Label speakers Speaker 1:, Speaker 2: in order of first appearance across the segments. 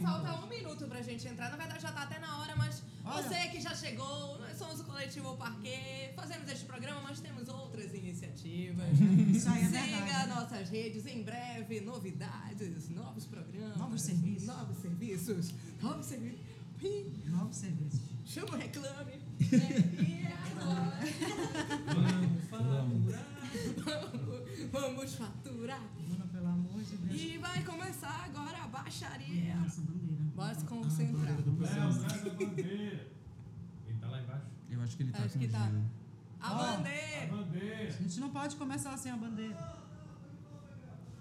Speaker 1: falta um minuto pra gente entrar. Na verdade, já tá até na hora, mas
Speaker 2: Olha.
Speaker 1: você que já chegou, nós somos o Coletivo Parquet, fazemos este programa, mas temos outras iniciativas.
Speaker 2: Isso aí é
Speaker 1: Siga
Speaker 2: verdade.
Speaker 1: nossas redes, em breve, novidades, novos programas.
Speaker 2: Novos serviços.
Speaker 1: Novos serviços. Novos serviços. Ih,
Speaker 2: Novos serviços.
Speaker 1: Chama o reclame. É, e agora...
Speaker 3: Vamos faturar.
Speaker 1: Vamos- Vamos faturar.
Speaker 2: Bruna, pelo amor de Deus.
Speaker 1: E vai começar agora a baixaria.
Speaker 2: Nossa, bandeira.
Speaker 1: Bora se concentrar.
Speaker 3: Léo, traz a bandeira. Ele tá lá embaixo.
Speaker 4: Eu acho que ele tá
Speaker 1: Acho
Speaker 4: com
Speaker 1: que tá.
Speaker 4: gelo.
Speaker 1: A
Speaker 2: Ó.
Speaker 3: A
Speaker 1: bandeira.
Speaker 3: bandeira.
Speaker 2: A gente não pode começar sem a bandeira.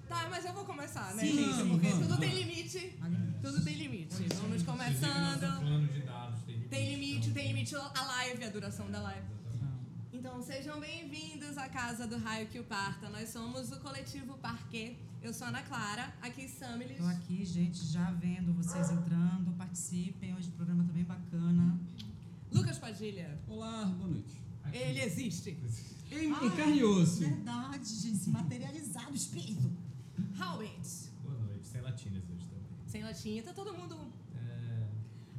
Speaker 1: Tá, mas eu vou começar, né,
Speaker 2: Sim,
Speaker 1: gente?
Speaker 2: vamos,
Speaker 1: Porque
Speaker 4: vamos.
Speaker 1: tudo tem limite. Tudo tem limite. Vamos
Speaker 3: Inclusive, nosso
Speaker 1: começando.
Speaker 3: plano de dados tem limite.
Speaker 1: Tem limite, tem limite a live, a duração da live.
Speaker 3: Exatamente.
Speaker 1: Então sejam bem-vindos à casa do Raio que o Parta. Nós somos o coletivo Parquet. Eu sou a Ana Clara, aqui em Samilis.
Speaker 2: Tô aqui, gente, já vendo vocês entrando. Participem. Hoje o programa tá bem bacana.
Speaker 1: Lucas Padilha,
Speaker 4: Olá, boa noite.
Speaker 3: Aqui.
Speaker 1: ele existe.
Speaker 4: Em,
Speaker 2: Ai,
Speaker 4: em carne e osso.
Speaker 2: Verdade, gente. Se materializar o espírito.
Speaker 1: Raul Bentes,
Speaker 3: Boa noite. Sem latinas hoje também.
Speaker 1: sem latinha, tá todo mundo.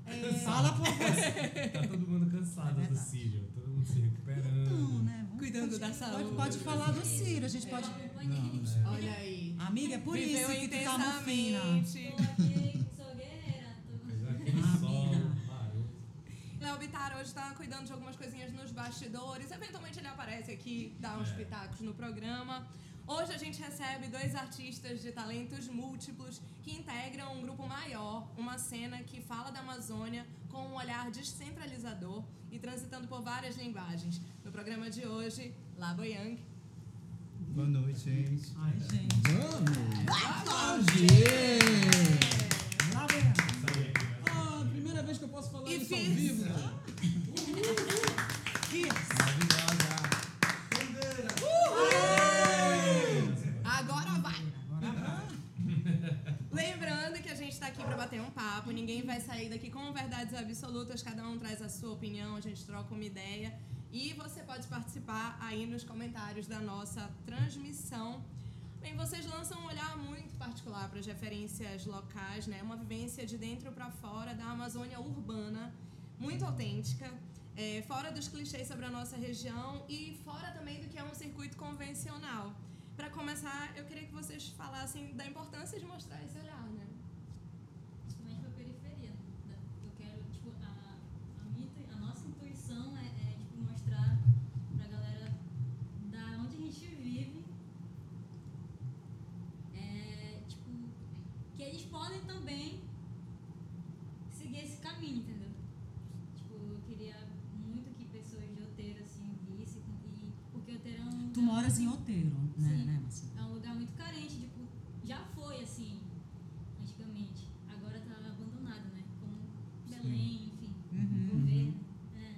Speaker 3: É,
Speaker 1: é,
Speaker 2: Fala por
Speaker 3: tá todo mundo cansado
Speaker 2: É
Speaker 3: do
Speaker 2: verdade.
Speaker 3: Círio. Todo mundo se
Speaker 4: É.
Speaker 3: recuperando.
Speaker 2: Então, né? Vamos-
Speaker 1: Cuidando da saúde.
Speaker 2: Pode, pode falar do Ciro, a gente pode.
Speaker 4: Não, né?
Speaker 1: Olha aí.
Speaker 2: Amiga, é por
Speaker 1: Viveu
Speaker 2: isso que tu tá no fim, né?
Speaker 1: intensamente.
Speaker 3: Mas aquele
Speaker 2: Ah,
Speaker 3: sol
Speaker 2: mina.
Speaker 3: maroto.
Speaker 1: Léo Bitar hoje tá cuidando de algumas coisinhas nos bastidores. Eventualmente ele aparece aqui, dá uns
Speaker 3: É.
Speaker 1: pitacos no programa. Hoje a gente recebe dois artistas de talentos múltiplos que integram um grupo maior, uma cena que fala da Amazônia com um olhar descentralizador e transitando por várias linguagens. No programa de hoje, Labo Yang.
Speaker 4: Ah,
Speaker 5: Boa noite, gente.
Speaker 2: Ai, gente.
Speaker 4: Vamos!
Speaker 1: É.
Speaker 4: Aplaudir!
Speaker 2: Lá vem.
Speaker 3: Sabe aqui, né?
Speaker 4: Ah, primeira vez que eu posso falar
Speaker 1: E
Speaker 4: isso ao
Speaker 1: fiz.
Speaker 4: vivo. né?
Speaker 5: Maravilhosa.
Speaker 1: Agora vai! Lembrando que a gente tá aqui pra bater um papo, ninguém vai sair daqui com verdades absolutas, cada um traz a sua opinião, a gente troca uma ideia. E você pode participar aí nos comentários da nossa transmissão. Bem, vocês lançam um olhar muito particular para as referências locais, né? Uma vivência de dentro pra fora da Amazônia urbana, muito autêntica, é, fora dos clichês sobre a nossa região e fora também do que é um circuito convencional. Pra começar, eu queria que vocês falassem da importância de mostrar esse olhar, né?
Speaker 6: Principalmente pra periferia. né? Eu quero, tipo, a, a, minha, intui- a nossa intuição é, é, tipo, mostrar pra galera da onde a gente vive. É, tipo, que eles podem também seguir esse caminho, entendeu? Tipo, eu queria muito que pessoas de Oteiro, assim, vissem. E, porque Oteiro é um...
Speaker 2: Tu
Speaker 6: lugar-
Speaker 2: moras em Outeiro, né,
Speaker 6: Sim.
Speaker 2: né, Marcelo?
Speaker 6: é um lugar muito carente, tipo, já foi assim, antigamente. Agora tá abandonado, né? Como Belém, enfim,
Speaker 2: Uhum.
Speaker 6: governo. É.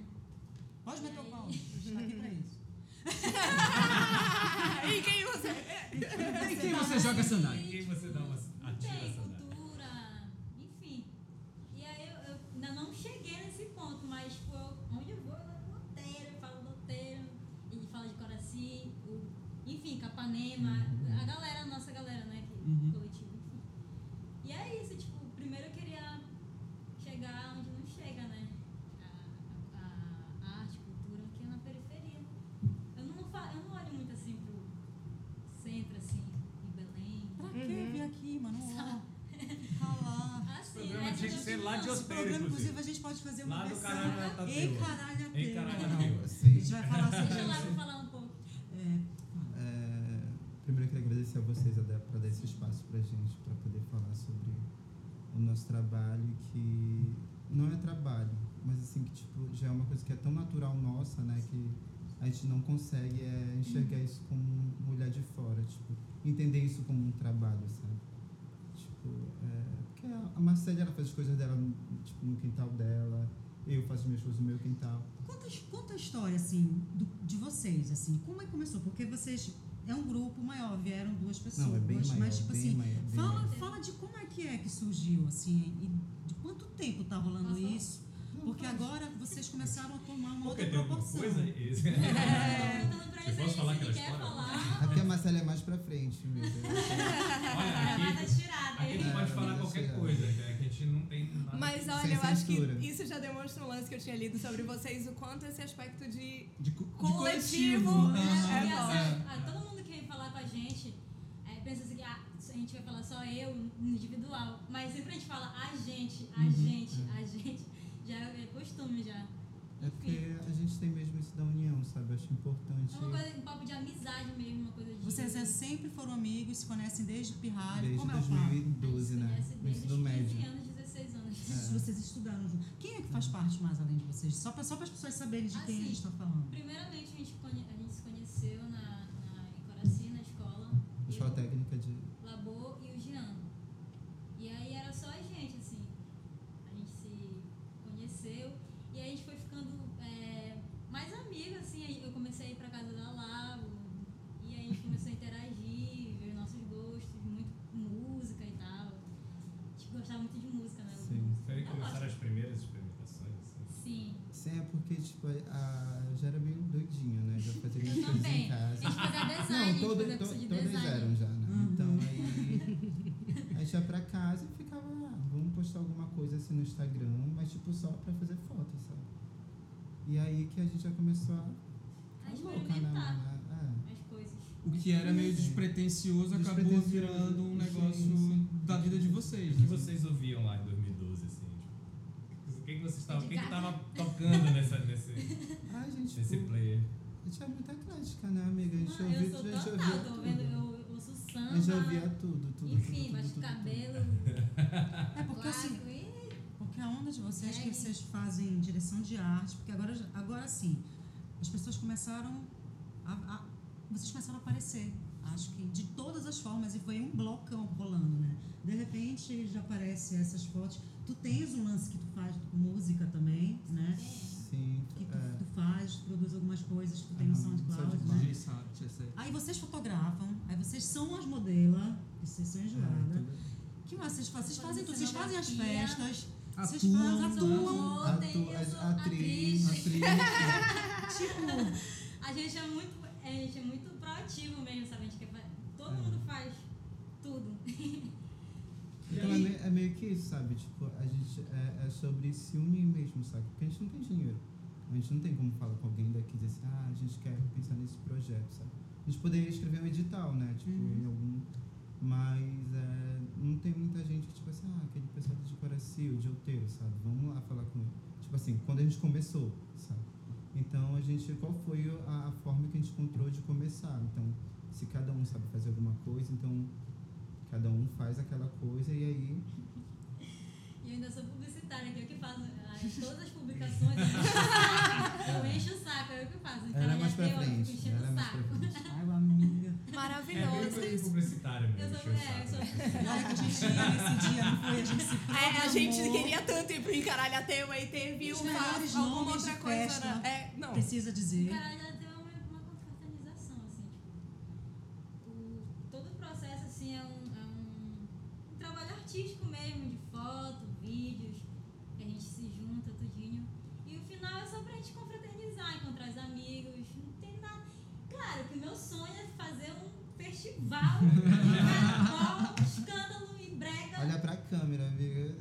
Speaker 2: Pode meter o pau. A gente tá aqui pra isso.
Speaker 1: e quem você é?
Speaker 4: Em quem você joga sandália?
Speaker 3: Em quem você dá uma
Speaker 6: Não Assim,
Speaker 3: atira
Speaker 6: tipo, tem
Speaker 3: essa
Speaker 6: cultura, enfim. E aí eu, eu ainda não cheguei nesse ponto, mas tipo, eu- onde eu vou, eu vou no Oteiro, eu falo do Oteiro, e fala de Coraci, o, enfim, Capanema, a galera, a nossa galera, né? Que,
Speaker 4: Uhum.
Speaker 6: Coletivo, enfim. E é isso, tipo, primeiro eu queria chegar onde não chega, né? A, a, a arte, cultura, que é na periferia. Eu não, fa, eu não olho muito assim pro centro, assim, em Belém.
Speaker 2: Pra que
Speaker 1: Uhum.
Speaker 2: vir aqui, mano? Ralar.
Speaker 6: Ah, sim,
Speaker 3: programa tinha
Speaker 6: essa é
Speaker 3: que
Speaker 6: a
Speaker 3: ser
Speaker 6: opinião.
Speaker 3: lá de
Speaker 2: Esse
Speaker 3: Oteiro,
Speaker 2: programa,
Speaker 3: inclusive.
Speaker 2: inclusive, a gente pode fazer uma
Speaker 3: Lá do
Speaker 2: versão.
Speaker 3: caralho da Tateu.
Speaker 2: Ei, caralho,
Speaker 3: Ei, caralho, assim,
Speaker 2: Ateu.
Speaker 3: Ateu.
Speaker 2: A gente vai falar sobre
Speaker 6: Deixa lá pra
Speaker 2: isso.
Speaker 6: falar um pouco.
Speaker 2: É,
Speaker 5: É, primeiro eu queria agradecer a vocês a dar- pra dar esse espaço pra gente, pra poder falar sobre o nosso trabalho, que não é trabalho, mas assim, que tipo, já é uma coisa que é tão natural nossa, né? Que a gente não consegue é, enxergar isso como um olhar de fora, tipo, entender isso como um trabalho, sabe? Tipo, é, porque a a Marcela ela faz as coisas dela tipo, no quintal dela, eu faço as minhas coisas no meu quintal.
Speaker 2: Conta, conta a história, assim, do- de vocês, assim, como é que começou? Porque vocês, é um grupo maior, vieram duas pessoas,
Speaker 5: Não, é bem maior,
Speaker 2: mas, tipo
Speaker 5: bem
Speaker 2: assim,
Speaker 5: maior, bem
Speaker 2: fala,
Speaker 6: maior.
Speaker 2: fala de como é que é que surgiu, assim, e de quanto tempo tá rolando
Speaker 6: Posso falar?
Speaker 2: isso? Porque agora vocês começaram a tomar uma
Speaker 3: Porque
Speaker 2: outra
Speaker 3: tem alguma
Speaker 2: proporção.
Speaker 3: coisa aí. É.
Speaker 6: Eu tô falando pra
Speaker 3: Você
Speaker 6: eles
Speaker 3: posso
Speaker 6: aí
Speaker 3: falar
Speaker 6: se ele
Speaker 3: aquela
Speaker 6: quer
Speaker 3: história?
Speaker 6: falar,
Speaker 5: Até a Marcela é mais pra frente mesmo.
Speaker 3: Olha,
Speaker 6: vai
Speaker 3: aqui
Speaker 6: dar tirada.
Speaker 3: é Aqui
Speaker 6: hein?
Speaker 3: tu pode falar qualquer coisa, né? que a gente não tem
Speaker 1: Mas olha,
Speaker 5: Sem
Speaker 1: eu acho
Speaker 5: censura.
Speaker 1: que isso já demonstra um lance que eu tinha lido sobre vocês, o quanto esse aspecto de
Speaker 4: De, co- de
Speaker 1: Coletivo,
Speaker 4: coletivo.
Speaker 1: né?
Speaker 4: Ah,
Speaker 1: É
Speaker 6: Engraçado, ah, todo mundo que vem falar com a gente é, pensa assim, que, ah, a gente vai falar só eu, individual. Mas sempre a gente fala a gente, a
Speaker 4: Uhum,
Speaker 6: gente, a gente. Já é costume já.
Speaker 5: É porque a gente tem mesmo isso da união, sabe? Eu acho importante.
Speaker 6: É uma coisa, um papo de amizade mesmo, uma coisa de.
Speaker 2: Vocês é, sempre foram amigos, se conhecem desde pirralho.
Speaker 5: Desde
Speaker 2: Como é o papo?
Speaker 6: A gente
Speaker 5: 2012,
Speaker 6: se
Speaker 5: né?
Speaker 6: conhece
Speaker 5: No
Speaker 6: desde
Speaker 5: ensino
Speaker 6: os
Speaker 5: médio.
Speaker 6: 15 anos, 16 anos.
Speaker 5: É.
Speaker 2: Vocês estudaram juntos. Quem é que faz parte mais além de vocês? Só para só as pessoas saberem de quem a gente está falando.
Speaker 6: Primeiramente, a gente, conhe- a gente se conheceu na, na, em Coraci, na escola.
Speaker 5: Escola
Speaker 6: Eu-
Speaker 5: técnica de.
Speaker 6: Labô e o Jean. E aí era só a gente, assim. A gente se conheceu e aí a gente foi ficando é, mais amigo, assim. Aí Eu comecei a ir pra casa da Lavo e aí a gente começou a interagir, ver os nossos gostos, muito música e tal. A gente gostava muito de música, né?
Speaker 5: Sim.
Speaker 3: Foi aí que
Speaker 6: Eu gosto.
Speaker 3: começaram as primeiras experimentações, assim.
Speaker 6: Sim.
Speaker 5: Sim, é porque, tipo, a, eu já era meio doidinha, né? Já fazia minhas
Speaker 6: Eu
Speaker 5: coisas em
Speaker 6: também. A
Speaker 5: casa.
Speaker 6: gente fazia design,
Speaker 5: Não,
Speaker 6: a gente
Speaker 5: todo,
Speaker 6: fazia
Speaker 5: to,
Speaker 6: curso de
Speaker 5: todas eram
Speaker 6: design.
Speaker 5: já, né?
Speaker 2: Uhum.
Speaker 5: Então aí. A gente ia pra casa e ficava, ah, vamos postar alguma coisa assim no Instagram, mas tipo só pra fazer foto, sabe? E aí que a gente já começou a.
Speaker 6: A
Speaker 5: a louca, né,
Speaker 6: experimentar
Speaker 5: mano?
Speaker 6: as coisas.
Speaker 4: O que era meio despretensioso acabou
Speaker 5: Despretensioso.
Speaker 4: virando um negócio
Speaker 5: Sim, sim.
Speaker 4: da vida de
Speaker 3: O
Speaker 4: vocês.
Speaker 3: que
Speaker 4: né?
Speaker 3: vocês ouviam lá em 2012, assim? Tipo, o que, que vocês estavam. O que, que
Speaker 6: Obrigada.
Speaker 3: tava tocando nessa, nesse,
Speaker 5: É. Ai, gente,
Speaker 3: nesse
Speaker 5: tipo,
Speaker 3: player?
Speaker 5: a gente é muito eclética, né, amiga? A
Speaker 6: Mano,
Speaker 5: gente
Speaker 6: Ah, eu
Speaker 5: ouvia,
Speaker 6: sou
Speaker 5: a gente
Speaker 6: total,
Speaker 5: ouvia
Speaker 6: tô
Speaker 5: tudo.
Speaker 6: vendo, eu ouço
Speaker 5: a gente ouvia
Speaker 6: samba,
Speaker 5: tudo, tudo.
Speaker 6: enfim,
Speaker 5: tudo,
Speaker 6: baixo
Speaker 5: tudo, tudo,
Speaker 6: cabelo,
Speaker 2: É porque assim,
Speaker 6: clássico, e
Speaker 2: Porque a onda de vocês é que
Speaker 6: Drag.
Speaker 2: vocês fazem direção de arte, porque agora, agora sim, as pessoas começaram a, a- Vocês começaram a aparecer, acho que de todas as formas, e foi um blocão rolando, né? De repente já aparecem essas fotos. Tu tens um lance que tu faz com música também, né?
Speaker 5: Sim,
Speaker 2: Que tu,
Speaker 5: é.
Speaker 2: tu faz, tu produz algumas coisas, tu tem no
Speaker 5: Aham,
Speaker 2: SoundCloud,
Speaker 5: SoundCloud.
Speaker 2: né?
Speaker 4: DJ Sartre, essa aí.
Speaker 2: Aí vocês fotografam, aí vocês são as modelas, vocês são enjoadas.
Speaker 5: É, tudo.
Speaker 2: que mais vocês fazem? Vocês fazem tudo, vocês fazem as
Speaker 6: Fotografia.
Speaker 2: festas, vocês fazem,
Speaker 4: Atuam.
Speaker 2: atuam.
Speaker 5: Atu-
Speaker 6: eu sou
Speaker 5: atriz,
Speaker 6: atriz.
Speaker 5: atriz.
Speaker 2: Tipo,
Speaker 6: A gente é muito, a gente é muito proativo mesmo, sabe? A gente quer fa- todo
Speaker 5: Hum.
Speaker 6: mundo faz tudo.
Speaker 5: Então é meio, é meio que isso, sabe? Tipo, a gente é, é sobre se unir mesmo, sabe? Porque a gente não tem dinheiro. A gente não tem como falar com alguém daqui e dizer assim, ah, a gente quer pensar nesse projeto, sabe? A gente poderia escrever um edital, né? Tipo,
Speaker 2: Uhum.
Speaker 5: em algum. Mas é, não tem muita gente que, tipo assim, ah, aquele pessoal de Coraci, o de Outeu, sabe? Vamos lá falar com ele. Tipo assim, quando a gente começou, sabe? Então a gente, qual foi a, a forma que a gente encontrou de começar? Então, se cada um sabe fazer alguma coisa, então cada um faz aquela coisa e aí
Speaker 6: E eu ainda sou publicitária, que eu que faço as- todas as publicações. eu encho o saco, Eu encho o saco, eu que faço. Então
Speaker 5: ela é
Speaker 6: já
Speaker 5: mais pra
Speaker 6: tem, ó,
Speaker 5: frente.
Speaker 6: enchendo
Speaker 5: Ela é
Speaker 6: o
Speaker 5: mais pra
Speaker 6: saco.
Speaker 5: frente.
Speaker 2: ai, amiga.
Speaker 3: É bem coisa de
Speaker 1: Maravilhoso.
Speaker 3: publicitário mesmo.
Speaker 6: Eu
Speaker 3: encher
Speaker 6: sou,
Speaker 3: o
Speaker 6: é, eu
Speaker 3: saco. né?
Speaker 6: sou.
Speaker 2: Na hora que a gente ia nesse dia, não foi? A gente se
Speaker 1: É, a gente
Speaker 2: programou.
Speaker 1: queria tanto ir pro Encaralhateu aí teve
Speaker 2: Os
Speaker 1: um
Speaker 2: melhores
Speaker 1: fa- alguma
Speaker 2: nomes de
Speaker 1: outra coisa.
Speaker 2: festa.
Speaker 1: né? É, não.
Speaker 2: Precisa dizer.
Speaker 6: Cara, já deu uma, uma confraternização, assim, tipo. O, todo o processo, assim, é um, é um, um trabalho artístico mesmo, de foto, vídeos, que a gente se junta, tudinho. E o final é só pra gente confraternizar, encontrar os amigos, não tem nada. Claro que o meu sonho é fazer um festival, um carnaval, um escândalo e brega.
Speaker 5: Olha pra câmera, amiga.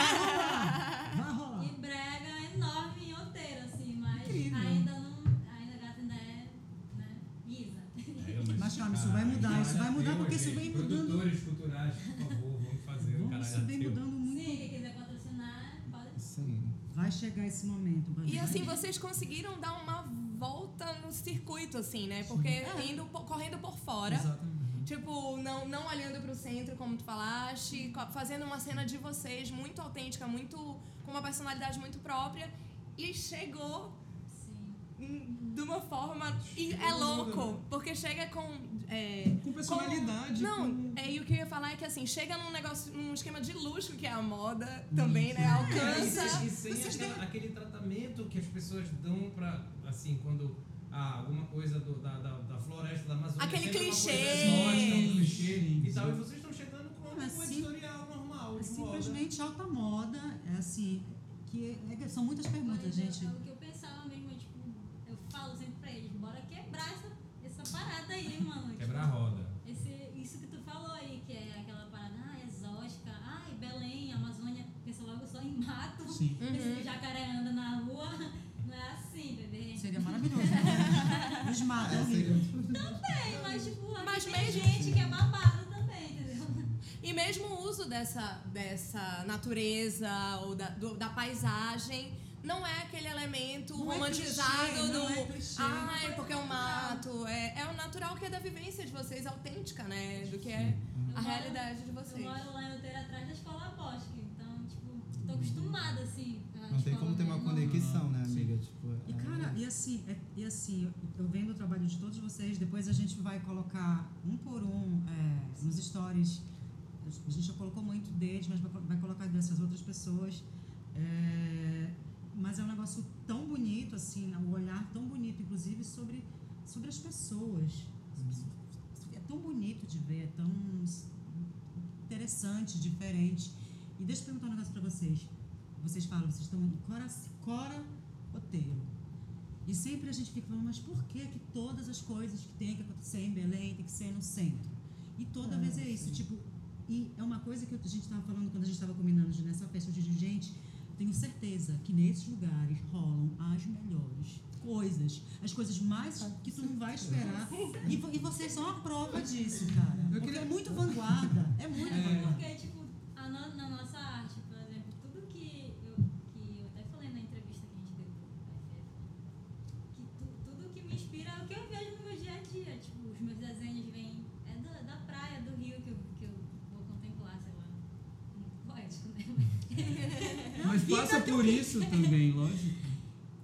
Speaker 2: Vai rolar.
Speaker 6: E brega enorme em outeiro, assim, mas
Speaker 2: Incrível.
Speaker 6: ainda não. Ainda a gata ainda é, né? Lisa.
Speaker 3: É, eu,
Speaker 2: Mas calma, isso vai mudar,
Speaker 3: caralho,
Speaker 2: isso vai mudar,
Speaker 3: tem,
Speaker 2: porque isso
Speaker 3: gente,
Speaker 2: vem mudando.
Speaker 3: Produtores culturais, por favor, vamos fazer o
Speaker 2: Vamos,
Speaker 3: caralho.
Speaker 2: isso vem mudando
Speaker 6: Sim, quem
Speaker 2: muito.
Speaker 6: quiser patrocinar, pode.
Speaker 5: Sim.
Speaker 2: Vai chegar esse momento. vai
Speaker 1: E assim,
Speaker 2: chegar.
Speaker 1: vocês conseguiram dar uma volta no circuito, assim, né? Porque
Speaker 2: É.
Speaker 1: indo, po- correndo por fora.
Speaker 4: Exatamente.
Speaker 1: Tipo, não, não olhando pro centro, como tu falaste, co- fazendo uma cena de vocês muito autêntica, muito com uma personalidade muito própria. E chegou
Speaker 6: Sim.
Speaker 1: hum, de uma forma. E é louco, porque chega com. é,
Speaker 4: Com
Speaker 2: Ah,
Speaker 4: personalidade.
Speaker 1: não,
Speaker 4: com-
Speaker 1: é, e o que eu ia falar é que assim, chega num negócio, num esquema de luxo que é a moda também, né? Alcança.
Speaker 3: E sem
Speaker 2: Vocês
Speaker 3: aquela- aquele tratamento que as pessoas dão pra, assim, quando ah, alguma coisa do- da, da, da floresta, da Amazônia...
Speaker 1: Aquele
Speaker 3: sempre é uma
Speaker 1: clichê.
Speaker 3: coisa exótica, um clichê
Speaker 4: Sim,
Speaker 3: e tal,
Speaker 4: sim.
Speaker 3: e vocês estão chegando com
Speaker 2: Não,
Speaker 3: um
Speaker 2: assim-
Speaker 3: editorial normal,
Speaker 2: É
Speaker 3: de moda.
Speaker 2: simplesmente alta moda. É assim, que é- é que são muitas perguntas,
Speaker 6: Olha,
Speaker 2: gente.
Speaker 6: É o que eu pensava mesmo, é, tipo, eu falo sempre pra eles, bora quebrar essa, essa parada aí, mano.
Speaker 3: Quebrar a roda.
Speaker 6: Tipo, esse, isso que tu falou aí, que é aquela parada ah, exótica,
Speaker 4: Sim.
Speaker 6: Esse jacaré anda na rua, não é assim, bebê.
Speaker 2: Seria maravilhoso. né? Nos mata, é horrível.
Speaker 6: Tem, mas tipo, aqui
Speaker 1: Mas
Speaker 6: tem
Speaker 1: mesmo-
Speaker 6: gente que é babada também, entendeu?
Speaker 1: E mesmo o uso dessa, dessa natureza ou da, do- da paisagem não é aquele elemento
Speaker 2: Não é
Speaker 1: romantizado
Speaker 2: clichê, não
Speaker 1: do.
Speaker 2: é clichê.
Speaker 1: Ai, porque é o mato. É, é o natural que é da vivência de vocês, autêntica, né? Do que é
Speaker 6: Eu
Speaker 1: a
Speaker 6: moro-
Speaker 1: realidade de
Speaker 6: Eu
Speaker 1: vocês.
Speaker 6: moro lá em Outeira atrás da escola Bosque, então, tipo, tô acostumada assim. com a
Speaker 5: Não tem
Speaker 6: escola
Speaker 5: como ter uma
Speaker 6: menor.
Speaker 5: conexão, né, amiga? Tipo,
Speaker 2: E
Speaker 5: é-
Speaker 2: cara, e assim, é- e assim, eu- eu vendo o trabalho de todos vocês, depois a gente vai colocar um por um é, nos stories. A gente já colocou muito deles, mas vai, co- vai colocar dessas outras pessoas. É, mas é um negócio tão bonito, assim, né, o olhar tão bonito, inclusive, sobre, sobre as pessoas. É tão bonito de ver, é tão interessante, diferente. E deixa eu perguntar um negócio pra vocês. Vocês falam, vocês estão em Cora, Cora Oteiro. E sempre a gente fica falando, mas por que que todas as coisas que tem que acontecer em Belém tem que ser no centro? E
Speaker 4: Ah,
Speaker 2: toda vez é isso, tipo, e é uma coisa que a gente estava falando quando a gente estava combinando de- nessa festa, eu disse, gente, tenho certeza que nesses lugares rolam as melhores coisas, as coisas mais que tu não vai esperar. E, vo- e vocês são a prova disso, cara.
Speaker 4: Eu
Speaker 2: Porque
Speaker 4: queria-
Speaker 2: é muito vanguarda, é muito vanguarda.
Speaker 6: Porque, tipo, a no- na nossa arte, por exemplo, tudo que eu, que eu até falei na entrevista que a gente deu pro FF, que tu- tudo que me inspira é o que eu vejo no meu dia a dia. Tipo, os meus desenhos vêm é da, da praia, do rio que eu, que eu vou contemplar, sei lá. Muito poético, né?
Speaker 4: Mas passa por isso também, lógico.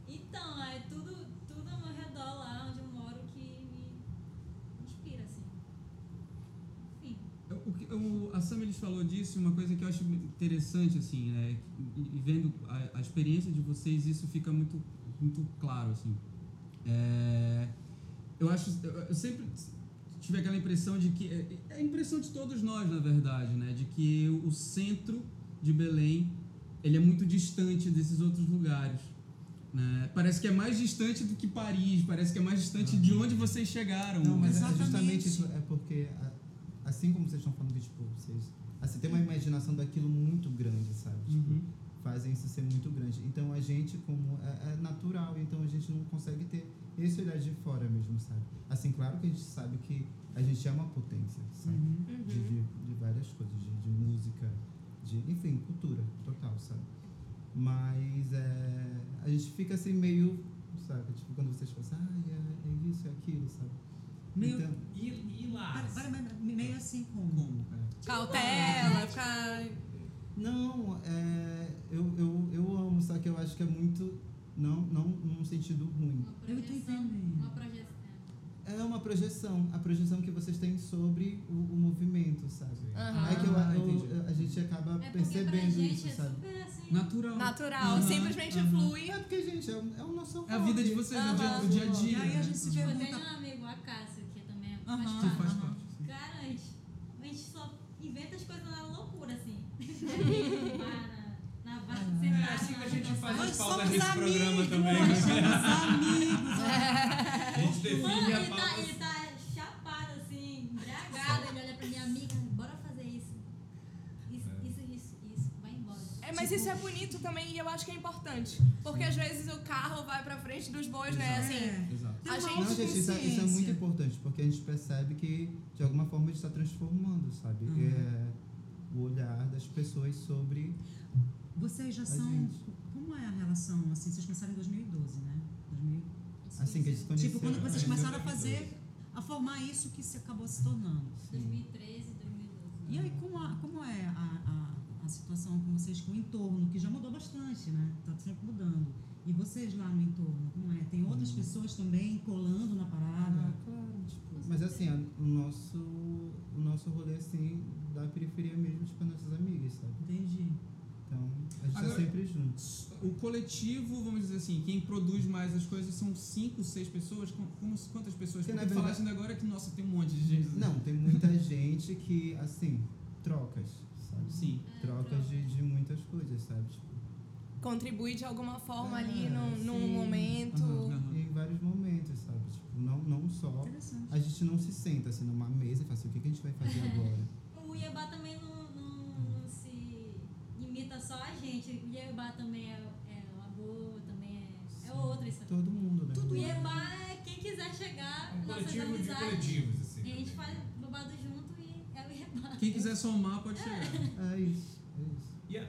Speaker 6: Então, é tudo, tudo ao meu redor lá onde eu moro que me inspira, assim. Enfim.
Speaker 4: Eu- o que- o- a Sam eles falou disso, e uma coisa que eu acho interessante, assim, é, e, e vendo a, a experiência de vocês, isso fica muito, muito claro, assim. É, eu acho, eu, eu sempre tive aquela impressão de que, é, é a impressão de todos nós, na verdade, né, de que o centro de Belém, ele é muito distante desses outros lugares. Né? Parece que é mais distante do que Paris, parece que é mais distante de
Speaker 2: Uhum.
Speaker 4: onde vocês chegaram.
Speaker 5: Não, mas
Speaker 2: Exatamente.
Speaker 5: é justamente isso. É porque, a- assim como vocês estão falando que, tipo, vocês... Assim, tem uma imaginação daquilo muito grande, sabe? Tipo,
Speaker 4: Uhum.
Speaker 5: fazem isso ser muito grande. Então a gente, como é, é natural, então a gente não consegue ter esse olhar de fora mesmo, sabe? Assim, claro que a gente sabe que a gente é uma potência, sabe?
Speaker 1: Uhum.
Speaker 5: De,
Speaker 4: Uhum.
Speaker 5: de, de várias coisas, de, de música, de, enfim, cultura total, sabe? Mas é, a gente fica assim meio, sabe? Tipo, quando vocês falam assim, ah, é, é isso, é aquilo, sabe?
Speaker 2: Meio-
Speaker 5: Então,
Speaker 3: E, e lá?
Speaker 2: Para- para- para- Meio assim como.
Speaker 4: Como, cara?
Speaker 1: Cautela, ficar.
Speaker 5: Não, é, eu, eu, eu amo, só que eu acho que é muito. Não, não num sentido ruim.
Speaker 6: Uma
Speaker 2: Eu tô
Speaker 6: projeção.
Speaker 2: entendendo. Tá
Speaker 6: Uma projeção.
Speaker 5: É uma projeção, a projeção que vocês têm sobre o, o movimento, sabe?
Speaker 1: Aham.
Speaker 5: É que eu-
Speaker 4: Ah,
Speaker 5: eu-
Speaker 4: entendi.
Speaker 5: a gente acaba
Speaker 6: É porque pra
Speaker 5: percebendo
Speaker 6: gente
Speaker 5: isso,
Speaker 6: é
Speaker 5: sabe?
Speaker 6: super assim.
Speaker 4: Natural.
Speaker 1: natural,
Speaker 4: Aham,
Speaker 1: simplesmente
Speaker 4: aham.
Speaker 1: flui.
Speaker 5: É porque, gente, é, o- é o nosso
Speaker 4: É a vida de
Speaker 5: hobby.
Speaker 4: vocês, é o dia-
Speaker 1: Aham.
Speaker 4: o dia a
Speaker 2: E
Speaker 4: dia.
Speaker 2: aí a
Speaker 4: né?
Speaker 2: gente se
Speaker 6: Tipo, eu tenho
Speaker 2: pergunta.
Speaker 6: um amigo, o Acácio, que também é
Speaker 2: é Aham.
Speaker 4: Tu faz
Speaker 2: Aham.
Speaker 4: parte.
Speaker 6: Cara, a gente, a gente só inventa as coisas na loucura, assim. Na- na vaca,
Speaker 3: É
Speaker 6: sentada,
Speaker 3: assim que a
Speaker 6: na
Speaker 3: gente
Speaker 6: vaca.
Speaker 3: faz
Speaker 2: Nós
Speaker 3: as pautas
Speaker 2: somos
Speaker 3: nesse programa
Speaker 2: amigos,
Speaker 3: também.
Speaker 2: nós somos amigos.
Speaker 3: A gente
Speaker 6: Mano,
Speaker 3: define a
Speaker 6: ele tá,
Speaker 3: pauta.
Speaker 6: ele tá chapado, assim, embriagado. Ele olha pra minha amiga, bora fazer isso. Isso,
Speaker 3: É.
Speaker 6: isso, isso, isso. Vai embora.
Speaker 1: É, mas isso é bonito também e eu acho que é importante. Porque às vezes o carro vai pra frente dos bois, né? Assim,
Speaker 4: Exato.
Speaker 2: é, Tem uma
Speaker 1: A gente-
Speaker 5: Não, gente, isso é, isso é muito
Speaker 2: autoconsciência.
Speaker 5: importante, porque a gente percebe que, de alguma forma, a gente está transformando, sabe?
Speaker 4: Uhum.
Speaker 5: É, o olhar das pessoas sobre
Speaker 2: Vocês já
Speaker 5: a
Speaker 2: são.
Speaker 5: gente.
Speaker 2: Como é a relação? Assim, vocês começaram em 2012, né? 2000.
Speaker 5: Assim que eles conhecem.
Speaker 2: Tipo, quando
Speaker 5: É.
Speaker 2: vocês
Speaker 3: né?
Speaker 2: começaram a fazer, a formar isso que se acabou se tornando.
Speaker 6: 2013, 2012.
Speaker 2: E aí, como, a- como é a, a, a situação com vocês, com o entorno, que já mudou bastante, né? Tá sempre mudando. E vocês lá no entorno, como é? Tem outras
Speaker 5: Uhum.
Speaker 2: pessoas também colando na
Speaker 5: Ah,
Speaker 2: parada?
Speaker 5: claro, tipo, mas assim, a- o nosso, o nosso rolê assim, da periferia mesmo, tipo, as nossas amigas, sabe?
Speaker 2: Entendi.
Speaker 5: Então, a gente
Speaker 4: Agora-
Speaker 5: tá sempre junto.
Speaker 4: O coletivo, vamos dizer assim, quem produz mais as coisas são cinco, seis pessoas. Com- como- quantas pessoas?
Speaker 5: Porque,
Speaker 4: Porque
Speaker 5: na verdade-
Speaker 4: tu falaste ainda agora que, nossa, tem um monte de gente.
Speaker 5: Não, tem muita gente que, assim, trocas, sabe?
Speaker 4: Sim.
Speaker 6: É,
Speaker 5: Trocas de, de muitas coisas, sabe? Tipo,
Speaker 1: contribui de alguma forma
Speaker 5: Ah,
Speaker 1: ali num, num
Speaker 5: sim. Uhum.
Speaker 1: momento.
Speaker 4: Aham, aham.
Speaker 5: em vários momentos, sabe? Tipo, não, não só.
Speaker 2: Interessante.
Speaker 5: A gente não se senta assim numa mesa e fala assim, o que que a gente vai fazer agora?
Speaker 6: O Iabá também não, não, não se imita representa só a gente. O Iebá também é, é o Abô, também é, é outra. Isso.
Speaker 5: Todo mundo, né?
Speaker 6: O Iebá é quem quiser chegar,
Speaker 7: Um
Speaker 6: nossas
Speaker 7: coletivo de
Speaker 6: amizades.
Speaker 7: coletivos,
Speaker 6: A
Speaker 7: assim.
Speaker 6: gente faz bobado junto e é o Iebá.
Speaker 4: Quem quiser somar pode chegar.
Speaker 5: É isso, é isso.
Speaker 3: E, a, e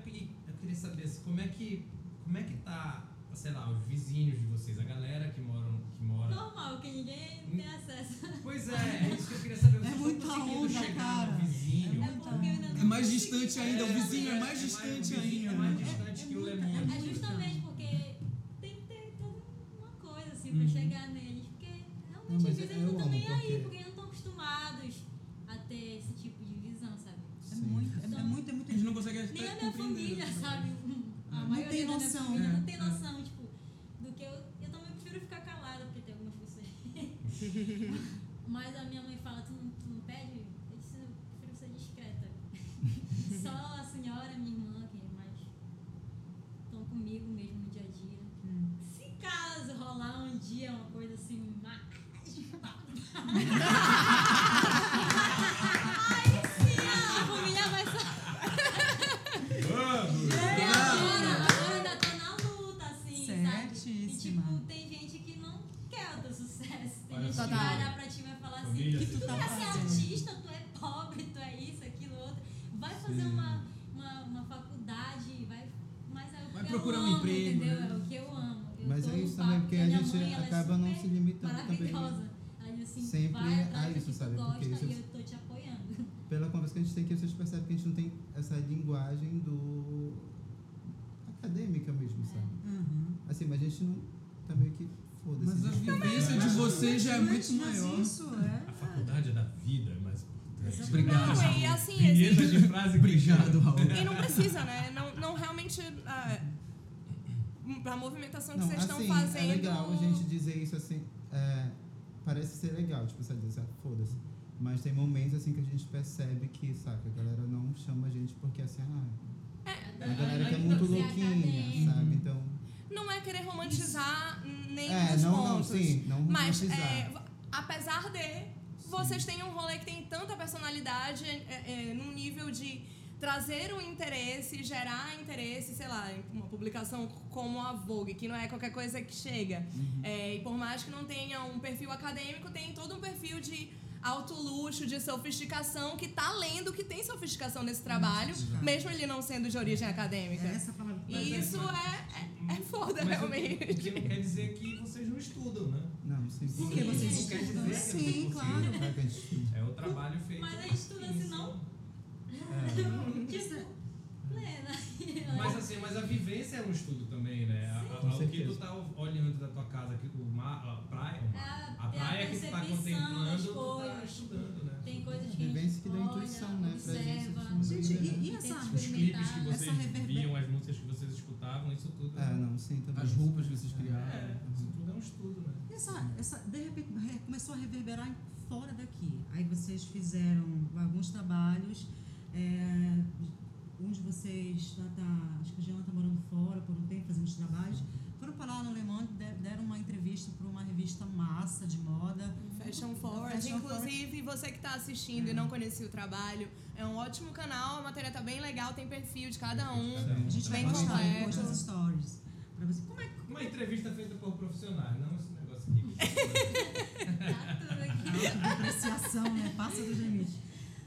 Speaker 3: eu queria saber assim, como é que como é que tá, sei lá, os vizinhos de vocês, a galera que moram que mora.
Speaker 6: Normal, que ninguém tem acesso.
Speaker 3: Pois é, é isso que eu queria saber.
Speaker 2: É
Speaker 3: Vocês estão
Speaker 2: muita
Speaker 3: conseguindo
Speaker 2: onda,
Speaker 3: chegar
Speaker 2: cara.
Speaker 3: no vizinho.
Speaker 6: É porque eu ainda não
Speaker 4: É mais
Speaker 6: consegui.
Speaker 4: distante ainda, o vizinho é mais
Speaker 3: mais-
Speaker 4: distante
Speaker 3: o vizinho
Speaker 4: ainda.
Speaker 3: É mais distante
Speaker 2: É- é
Speaker 3: que o
Speaker 2: muita-
Speaker 3: Lemon.
Speaker 6: né? É justamente porque tem que ter toda uma coisa assim pra
Speaker 4: Uhum.
Speaker 6: chegar neles. Porque
Speaker 5: Não,
Speaker 6: realmente
Speaker 5: mas
Speaker 6: às vezes
Speaker 5: eu
Speaker 6: eles não estão
Speaker 5: amo,
Speaker 6: nem aí,
Speaker 5: porque-
Speaker 6: porque eles não estão acostumados a ter esse tipo de visão, sabe?
Speaker 2: É muito, é, é muito, é muito.
Speaker 4: A gente não consegue
Speaker 6: Nem a
Speaker 4: até
Speaker 6: minha
Speaker 4: compreender.
Speaker 6: família, Ah, sabe? A
Speaker 2: Não
Speaker 6: maioria
Speaker 2: tem
Speaker 6: da minha
Speaker 2: noção.
Speaker 6: família
Speaker 4: É,
Speaker 6: não tem
Speaker 4: é.
Speaker 6: noção, tipo, do que eu. Eu também prefiro ficar calada, porque tem algumas pessoas. Mas a minha mãe fala, tu não, tu não pede? Eu disse, eu prefiro ser discreta. Só a senhora, minha irmã, que é mais estão comigo mesmo no dia a dia. Se caso rolar um dia uma coisa assim, mais. Aí sim, a família vai saber.
Speaker 7: Vamos!
Speaker 6: É, agora, agora ainda tô na luta, assim, sabe? E
Speaker 2: Certíssima.
Speaker 6: tipo, tem gente que não quer o teu sucesso. Tem
Speaker 7: Olha
Speaker 6: gente
Speaker 7: só.
Speaker 6: que vai olhar pra ti e vai falar assim,
Speaker 7: Família,
Speaker 6: tu
Speaker 7: se
Speaker 2: tu tá
Speaker 6: quer ser
Speaker 2: fazendo.
Speaker 6: artista, tu é pobre, tu é isso, aquilo, outro. Vai fazer
Speaker 5: Sim.
Speaker 6: uma, uma, uma faculdade, vai. Mas é o que
Speaker 4: Vai
Speaker 6: eu
Speaker 4: procurar um
Speaker 6: amo,
Speaker 4: emprego,
Speaker 6: entendeu?
Speaker 4: né?
Speaker 6: É o que eu amo. Eu
Speaker 5: Mas
Speaker 6: tô
Speaker 5: é
Speaker 6: no
Speaker 5: isso
Speaker 6: papo,
Speaker 5: também, porque a
Speaker 6: minha
Speaker 5: gente
Speaker 6: mãe, ela é
Speaker 5: acaba não
Speaker 6: super
Speaker 5: se limitando também. né?
Speaker 6: Maravilhosa. Ela diz assim,
Speaker 5: Sempre
Speaker 6: vai atrás
Speaker 5: é
Speaker 6: do que
Speaker 5: isso,
Speaker 6: tu
Speaker 5: sabe? Porque
Speaker 6: gosta e
Speaker 5: isso-
Speaker 6: eu tô te apoiando.
Speaker 5: Pela conversa que a gente tem aqui, vocês percebem que a gente não tem essa linguagem do. acadêmica mesmo,
Speaker 6: É.
Speaker 5: sabe?
Speaker 2: Uhum.
Speaker 5: Assim, mas a gente não. tá meio que. foda-se.
Speaker 4: Mas a
Speaker 5: gente-
Speaker 4: vivência de vocês já é muito
Speaker 2: Mas
Speaker 4: maior.
Speaker 2: Isso,
Speaker 7: A
Speaker 2: é.
Speaker 7: faculdade é da vida, é mais importante.
Speaker 2: Exatamente.
Speaker 4: Obrigado.
Speaker 1: Não, e assim,
Speaker 7: Vinheta
Speaker 3: tipo
Speaker 1: existe...
Speaker 7: de frase
Speaker 4: Obrigado, Raul.
Speaker 1: E não precisa, né? Não, não realmente. a, a movimentação que
Speaker 5: Não,
Speaker 1: vocês estão
Speaker 5: assim,
Speaker 1: fazendo.
Speaker 5: É legal a gente dizer isso assim. é, parece ser legal, tipo, sabe, dizer, ah, foda-se. Mas tem momentos assim que a gente percebe que, saca, a galera não chama a gente porque assim, ah, a galera que é muito
Speaker 6: Ser
Speaker 5: louquinha,
Speaker 6: acadêmica.
Speaker 5: sabe? Então.
Speaker 1: Não é querer romantizar nenhum
Speaker 5: É,
Speaker 1: dos
Speaker 5: não, não,
Speaker 1: pontos.
Speaker 5: sim, não
Speaker 1: Mas
Speaker 5: romantizar.
Speaker 1: é, v- apesar de vocês têm um rolê que tem tanta personalidade é, é, num nível de trazer o interesse, gerar interesse, sei lá, em uma publicação como a Vogue, que não é qualquer coisa que chega.
Speaker 2: Uhum.
Speaker 1: É, e por mais que não tenha um perfil acadêmico, tem todo um perfil de alto luxo, de sofisticação, que tá lendo que tem sofisticação nesse trabalho,
Speaker 2: Exato.
Speaker 1: mesmo ele não sendo de origem acadêmica.
Speaker 2: É essa palavra.
Speaker 1: E isso é, é, é foda,
Speaker 3: Mas o
Speaker 1: realmente.
Speaker 3: o que não quer dizer que vocês não estudam, né?
Speaker 5: Não, sim.
Speaker 2: Por
Speaker 5: sim.
Speaker 2: que vocês
Speaker 3: Não quer
Speaker 2: estudam?
Speaker 3: dizer que
Speaker 2: Sim,
Speaker 3: você-
Speaker 2: claro.
Speaker 5: Vai que a gente estuda.
Speaker 3: É o trabalho feito.
Speaker 6: Mas a gente estuda
Speaker 3: Isso.
Speaker 6: assim, não? Tipo, plena.
Speaker 3: Mas assim, mas a vivência é um estudo também, né? A- a-
Speaker 5: Com
Speaker 3: o que tu
Speaker 5: certeza.
Speaker 3: tá olhando da tua casa, que o mar, a praia, o mar,
Speaker 6: É a-
Speaker 3: a praia
Speaker 6: é a
Speaker 3: que tu tá
Speaker 6: percepção
Speaker 3: contemplando,
Speaker 6: das
Speaker 3: tu tá
Speaker 6: coisas.
Speaker 3: estudando, né?
Speaker 6: Tem coisas que a
Speaker 5: Vivência
Speaker 6: gente
Speaker 5: que dá intuição, né? Pra gente.
Speaker 6: observa.
Speaker 5: assim,
Speaker 2: Gente, e, e
Speaker 6: Tem que
Speaker 2: essa.
Speaker 6: experimentar.
Speaker 7: Os clipes que
Speaker 2: Essa
Speaker 7: vocês
Speaker 2: reverber-
Speaker 7: viam, as músicas que vocês escutavam, isso tudo. né?
Speaker 5: É, não, sim, também.
Speaker 4: As roupas que vocês
Speaker 3: É,
Speaker 4: criaram.
Speaker 3: isso tudo é um estudo, né?
Speaker 2: Essa, essa, de repente re- começou a reverberar em- fora daqui. Aí vocês fizeram alguns trabalhos. É, um de vocês, tá, tá- acho que o Jean está morando fora por um tempo, fazendo os trabalhos. Foram parar no Le Monde, de- deram uma entrevista para uma revista massa de moda.
Speaker 1: Fashion Forward. Hum.
Speaker 2: Fashion
Speaker 1: Inclusive, você que está assistindo e não conhecia o trabalho, é um ótimo canal, a matéria tá bem legal, tem perfil de cada um.
Speaker 2: A gente vai
Speaker 1: Bem
Speaker 2: postar
Speaker 1: completo.
Speaker 2: depois nas stories. Pra você. Como é que.
Speaker 3: Uma entrevista feita por profissionais, não esse negócio aqui.
Speaker 6: Tá tudo aqui.
Speaker 2: é Depreciação, né? Passa dos limites.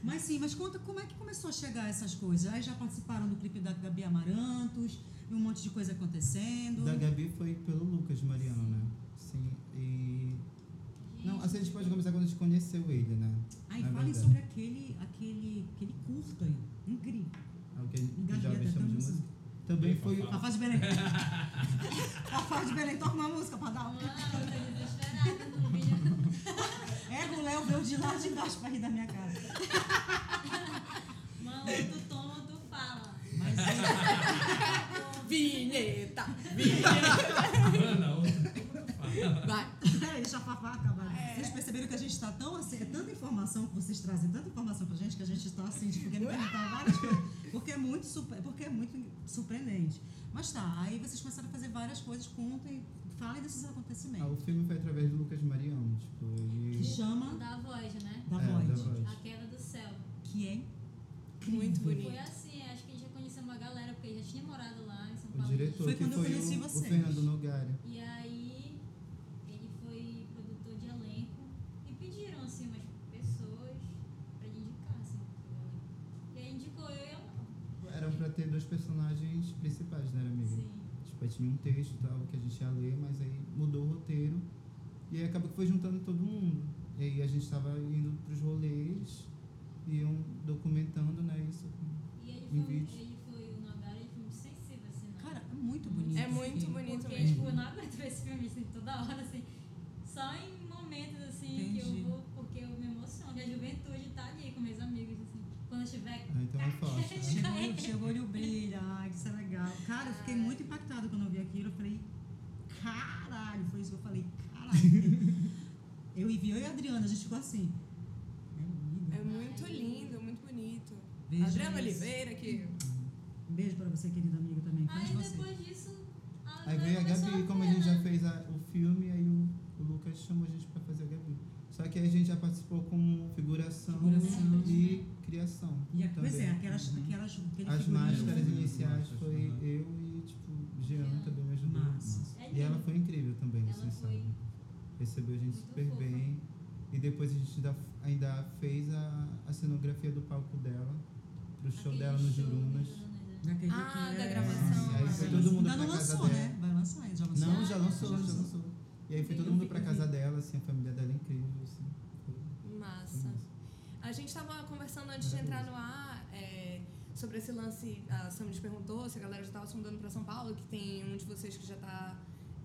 Speaker 2: Mas sim, mas conta como é que começou a chegar essas coisas. Aí já participaram do clipe da Gabi Amarantos, e um monte de coisa acontecendo.
Speaker 5: Da Gabi foi pelo Lucas Mariano, né? Sim. E. Não, assim a gente pode começar quando a gente conheceu ele, né?
Speaker 2: Aí
Speaker 5: É
Speaker 2: falem
Speaker 5: verdade.
Speaker 2: sobre aquele, aquele, aquele curto aí, incrível.
Speaker 5: É o que a
Speaker 2: Gabi,
Speaker 5: jovem
Speaker 2: até
Speaker 5: chama de
Speaker 2: dança.
Speaker 5: música. assim. Também
Speaker 7: Epa,
Speaker 5: foi.
Speaker 7: fala.
Speaker 2: Rafa de Belém. Rafa de Belém, toca uma música pra dar
Speaker 6: Mano,
Speaker 2: uma.
Speaker 6: eu tô
Speaker 5: assim,
Speaker 6: desesperada no vídeo.
Speaker 2: Ego, o Léo veio de lá de baixo pra rir da minha cara.
Speaker 6: Mano, tu toma, tu fala.
Speaker 2: Mas sim,
Speaker 1: um. Vinheta!
Speaker 7: tá
Speaker 3: Ana, outra.
Speaker 1: Vai!
Speaker 2: peraí, deixa a Fafá acabar.
Speaker 1: É.
Speaker 2: Vocês perceberam que a gente tá tão assim, é tanta informação que vocês trazem, tanta informação pra gente, que a gente tá assim, tipo, querendo perguntar várias coisas. Porque é muito, surpre- porque é muito surpreendente. Mas tá, aí vocês começaram a fazer várias coisas, contem, falem desses
Speaker 5: Ah, o
Speaker 2: acontecimentos.
Speaker 5: filme foi através do Lucas Mariano, tipo,
Speaker 2: Que
Speaker 5: ele.
Speaker 2: chama
Speaker 6: Da voz, né?
Speaker 2: da
Speaker 5: é, Da
Speaker 2: voz,
Speaker 5: voz.
Speaker 6: A queda do céu.
Speaker 2: que é
Speaker 1: Muito
Speaker 6: Foi
Speaker 1: bonito.
Speaker 6: assim, acho que a gente já conheceu uma galera, porque já tinha morado lá em São
Speaker 5: O
Speaker 6: Paulo.
Speaker 5: diretor
Speaker 2: tipo, Foi
Speaker 5: que
Speaker 2: quando eu
Speaker 5: foi
Speaker 2: conheci
Speaker 5: o, o
Speaker 2: vocês.
Speaker 5: Fernando Nogari.
Speaker 6: E aí ele foi produtor de elenco e pediram assim umas pessoas pra ele indicar, assim, pro elenco. E aí indicou eu e a Malu.
Speaker 5: Eram pra ter dois personagens principais, né, amiga?
Speaker 6: Sim.
Speaker 5: Tipo, aí tinha um texto e tal que a gente ia ler, mas aí mudou o roteiro. E aí acabou que foi juntando todo mundo. E aí a gente tava indo pros rolês, iam documentando, né, isso.
Speaker 6: E ele
Speaker 5: Em
Speaker 6: foi, um,
Speaker 5: vídeo.
Speaker 6: ele foi o Nogara, ele foi muito sensível, assim, na
Speaker 2: Cara, é muito bonito.
Speaker 1: É
Speaker 2: esse
Speaker 1: muito
Speaker 2: filme.
Speaker 1: bonito
Speaker 6: Porque,
Speaker 1: mesmo.
Speaker 6: tipo, eu não aguento ver esse filme assim, toda hora, assim. Só em momentos, assim, que
Speaker 2: Entendi.
Speaker 6: eu vou... Porque eu me emociono. E a juventude tá ali com meus amigos, assim. Quando eu estiver...
Speaker 5: Ah, então é forte. né?
Speaker 2: Chegou, chegou o olho brilha, ai, que isso é legal. Cara, eu fiquei
Speaker 6: Ai.
Speaker 2: muito impactada quando eu vi aquilo. Eu falei, caralho, foi isso que eu falei, caralho. eu e vi eu e a Adriana, a gente ficou assim. É lindo.
Speaker 1: É muito lindo, muito bonito.
Speaker 2: Vejam
Speaker 1: Adriana
Speaker 2: isso.
Speaker 1: Oliveira, que
Speaker 2: Um beijo pra você, querida amiga, também. Fã de
Speaker 6: Aí,
Speaker 2: você.
Speaker 6: depois disso... A
Speaker 5: Aí veio a
Speaker 6: começou
Speaker 5: Gabi, como a
Speaker 6: ver,
Speaker 5: gente já
Speaker 6: né?
Speaker 5: fez a- o filme, aí o, o Lucas chamou a gente pra fazer a Gabi. Só que aí a gente já participou com figuração,
Speaker 2: Figuração.
Speaker 6: É,
Speaker 5: e criação.
Speaker 2: E a, pois
Speaker 5: também.
Speaker 2: é, aquelas,
Speaker 5: Uhum.
Speaker 2: aquelas aquele
Speaker 5: As
Speaker 2: figurino
Speaker 5: máscaras
Speaker 2: foi
Speaker 5: iniciais
Speaker 4: Máscaras,
Speaker 5: foi
Speaker 4: uhum.
Speaker 5: eu e, tipo, Jean também me ajudou.
Speaker 2: Massa.
Speaker 6: É
Speaker 5: E
Speaker 6: lindo.
Speaker 5: ela foi incrível também,
Speaker 6: Ela
Speaker 5: assim,
Speaker 6: foi
Speaker 5: sabe? Recebeu a gente
Speaker 6: muito
Speaker 5: super
Speaker 6: fofa.
Speaker 5: bem. E depois a gente ainda, ainda fez a, a cenografia do palco dela, pro show
Speaker 6: aquele
Speaker 5: dela no
Speaker 6: show do
Speaker 5: Jurunas.
Speaker 6: Jurunas, né?
Speaker 2: Naquele
Speaker 1: Ah,
Speaker 2: que
Speaker 1: da
Speaker 2: é-
Speaker 1: gravação.
Speaker 5: Aí foi todo mundo
Speaker 2: Ainda não
Speaker 5: pra casa
Speaker 2: lançou,
Speaker 5: dela.
Speaker 2: né? Vai lançar, já lançou.
Speaker 5: Não, já
Speaker 6: Ah,
Speaker 5: lançou,
Speaker 2: já
Speaker 5: já
Speaker 2: lançou.
Speaker 5: lançou. E aí foi todo
Speaker 2: Eu
Speaker 5: mundo
Speaker 2: vi,
Speaker 5: pra
Speaker 2: eu
Speaker 5: casa
Speaker 2: vi.
Speaker 5: dela, assim, a família dela é incrível, assim. Foi- foi
Speaker 1: massa.
Speaker 5: massa.
Speaker 1: A gente tava conversando antes de entrar no ar é, sobre esse lance. A Sam nos perguntou se a galera já tava se mudando pra São Paulo, que tem um de vocês que já tá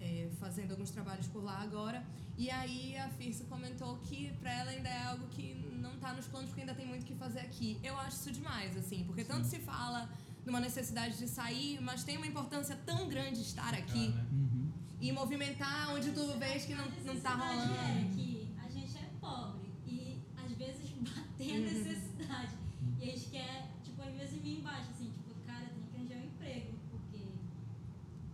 Speaker 1: é, fazendo alguns trabalhos por lá agora. E aí a Firsa comentou que pra ela ainda é algo que não tá nos planos, porque ainda tem muito o que fazer aqui. Eu acho isso demais, assim, porque tanto se fala numa necessidade de sair, mas tem uma importância tão grande estar aqui
Speaker 7: Cara, né?
Speaker 4: Uhum.
Speaker 1: e movimentar onde tu vês que não, não tá
Speaker 6: A
Speaker 1: rolando.
Speaker 6: necessidade é que a gente é pobre e às vezes bater a necessidade. E a gente quer, tipo, às vezes vir embaixo, assim, tipo, cara, eu tenho que arranjar um emprego, porque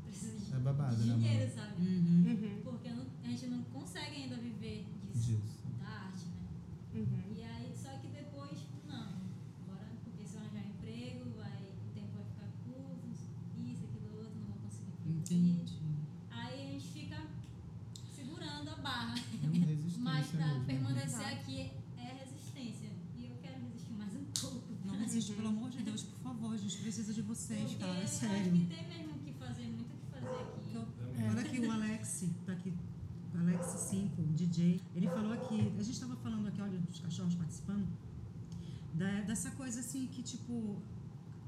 Speaker 6: precisa de
Speaker 5: É babado, né, mano?
Speaker 6: dinheiro, sabe?
Speaker 2: Uhum.
Speaker 1: Uhum,
Speaker 6: Porque eu não- a gente não consegue ainda viver disso,
Speaker 5: Disso.
Speaker 6: da arte, né?
Speaker 1: uhum.
Speaker 6: E aí, só que depois, tipo, não, bora, porque se eu arranjar um emprego, vai, o tempo vai ficar curto, isso, aquilo, outro, não vou conseguir produzir.
Speaker 2: Entendi.
Speaker 6: Aí a gente fica segurando a barra.
Speaker 5: É uma resistência
Speaker 6: Mas tá pra
Speaker 5: mesmo. né?
Speaker 2: Tá.
Speaker 6: permanecer
Speaker 1: Exato.
Speaker 6: aqui é resistência. E eu quero resistir mais um pouco.
Speaker 2: Não resiste, pelo amor de Deus, por favor, a gente precisa de vocês,
Speaker 6: Porque
Speaker 2: cara, é
Speaker 6: acho
Speaker 2: sério.
Speaker 6: que tem mesmo o que fazer, muito o que fazer
Speaker 2: Que eu-
Speaker 6: aqui.
Speaker 3: É.
Speaker 2: Olha aqui o Alex, tá aqui. o Alex 5, DJ. Ele falou aqui, a gente tava falando aqui, olha, dos cachorros participando, da- dessa coisa assim que, tipo,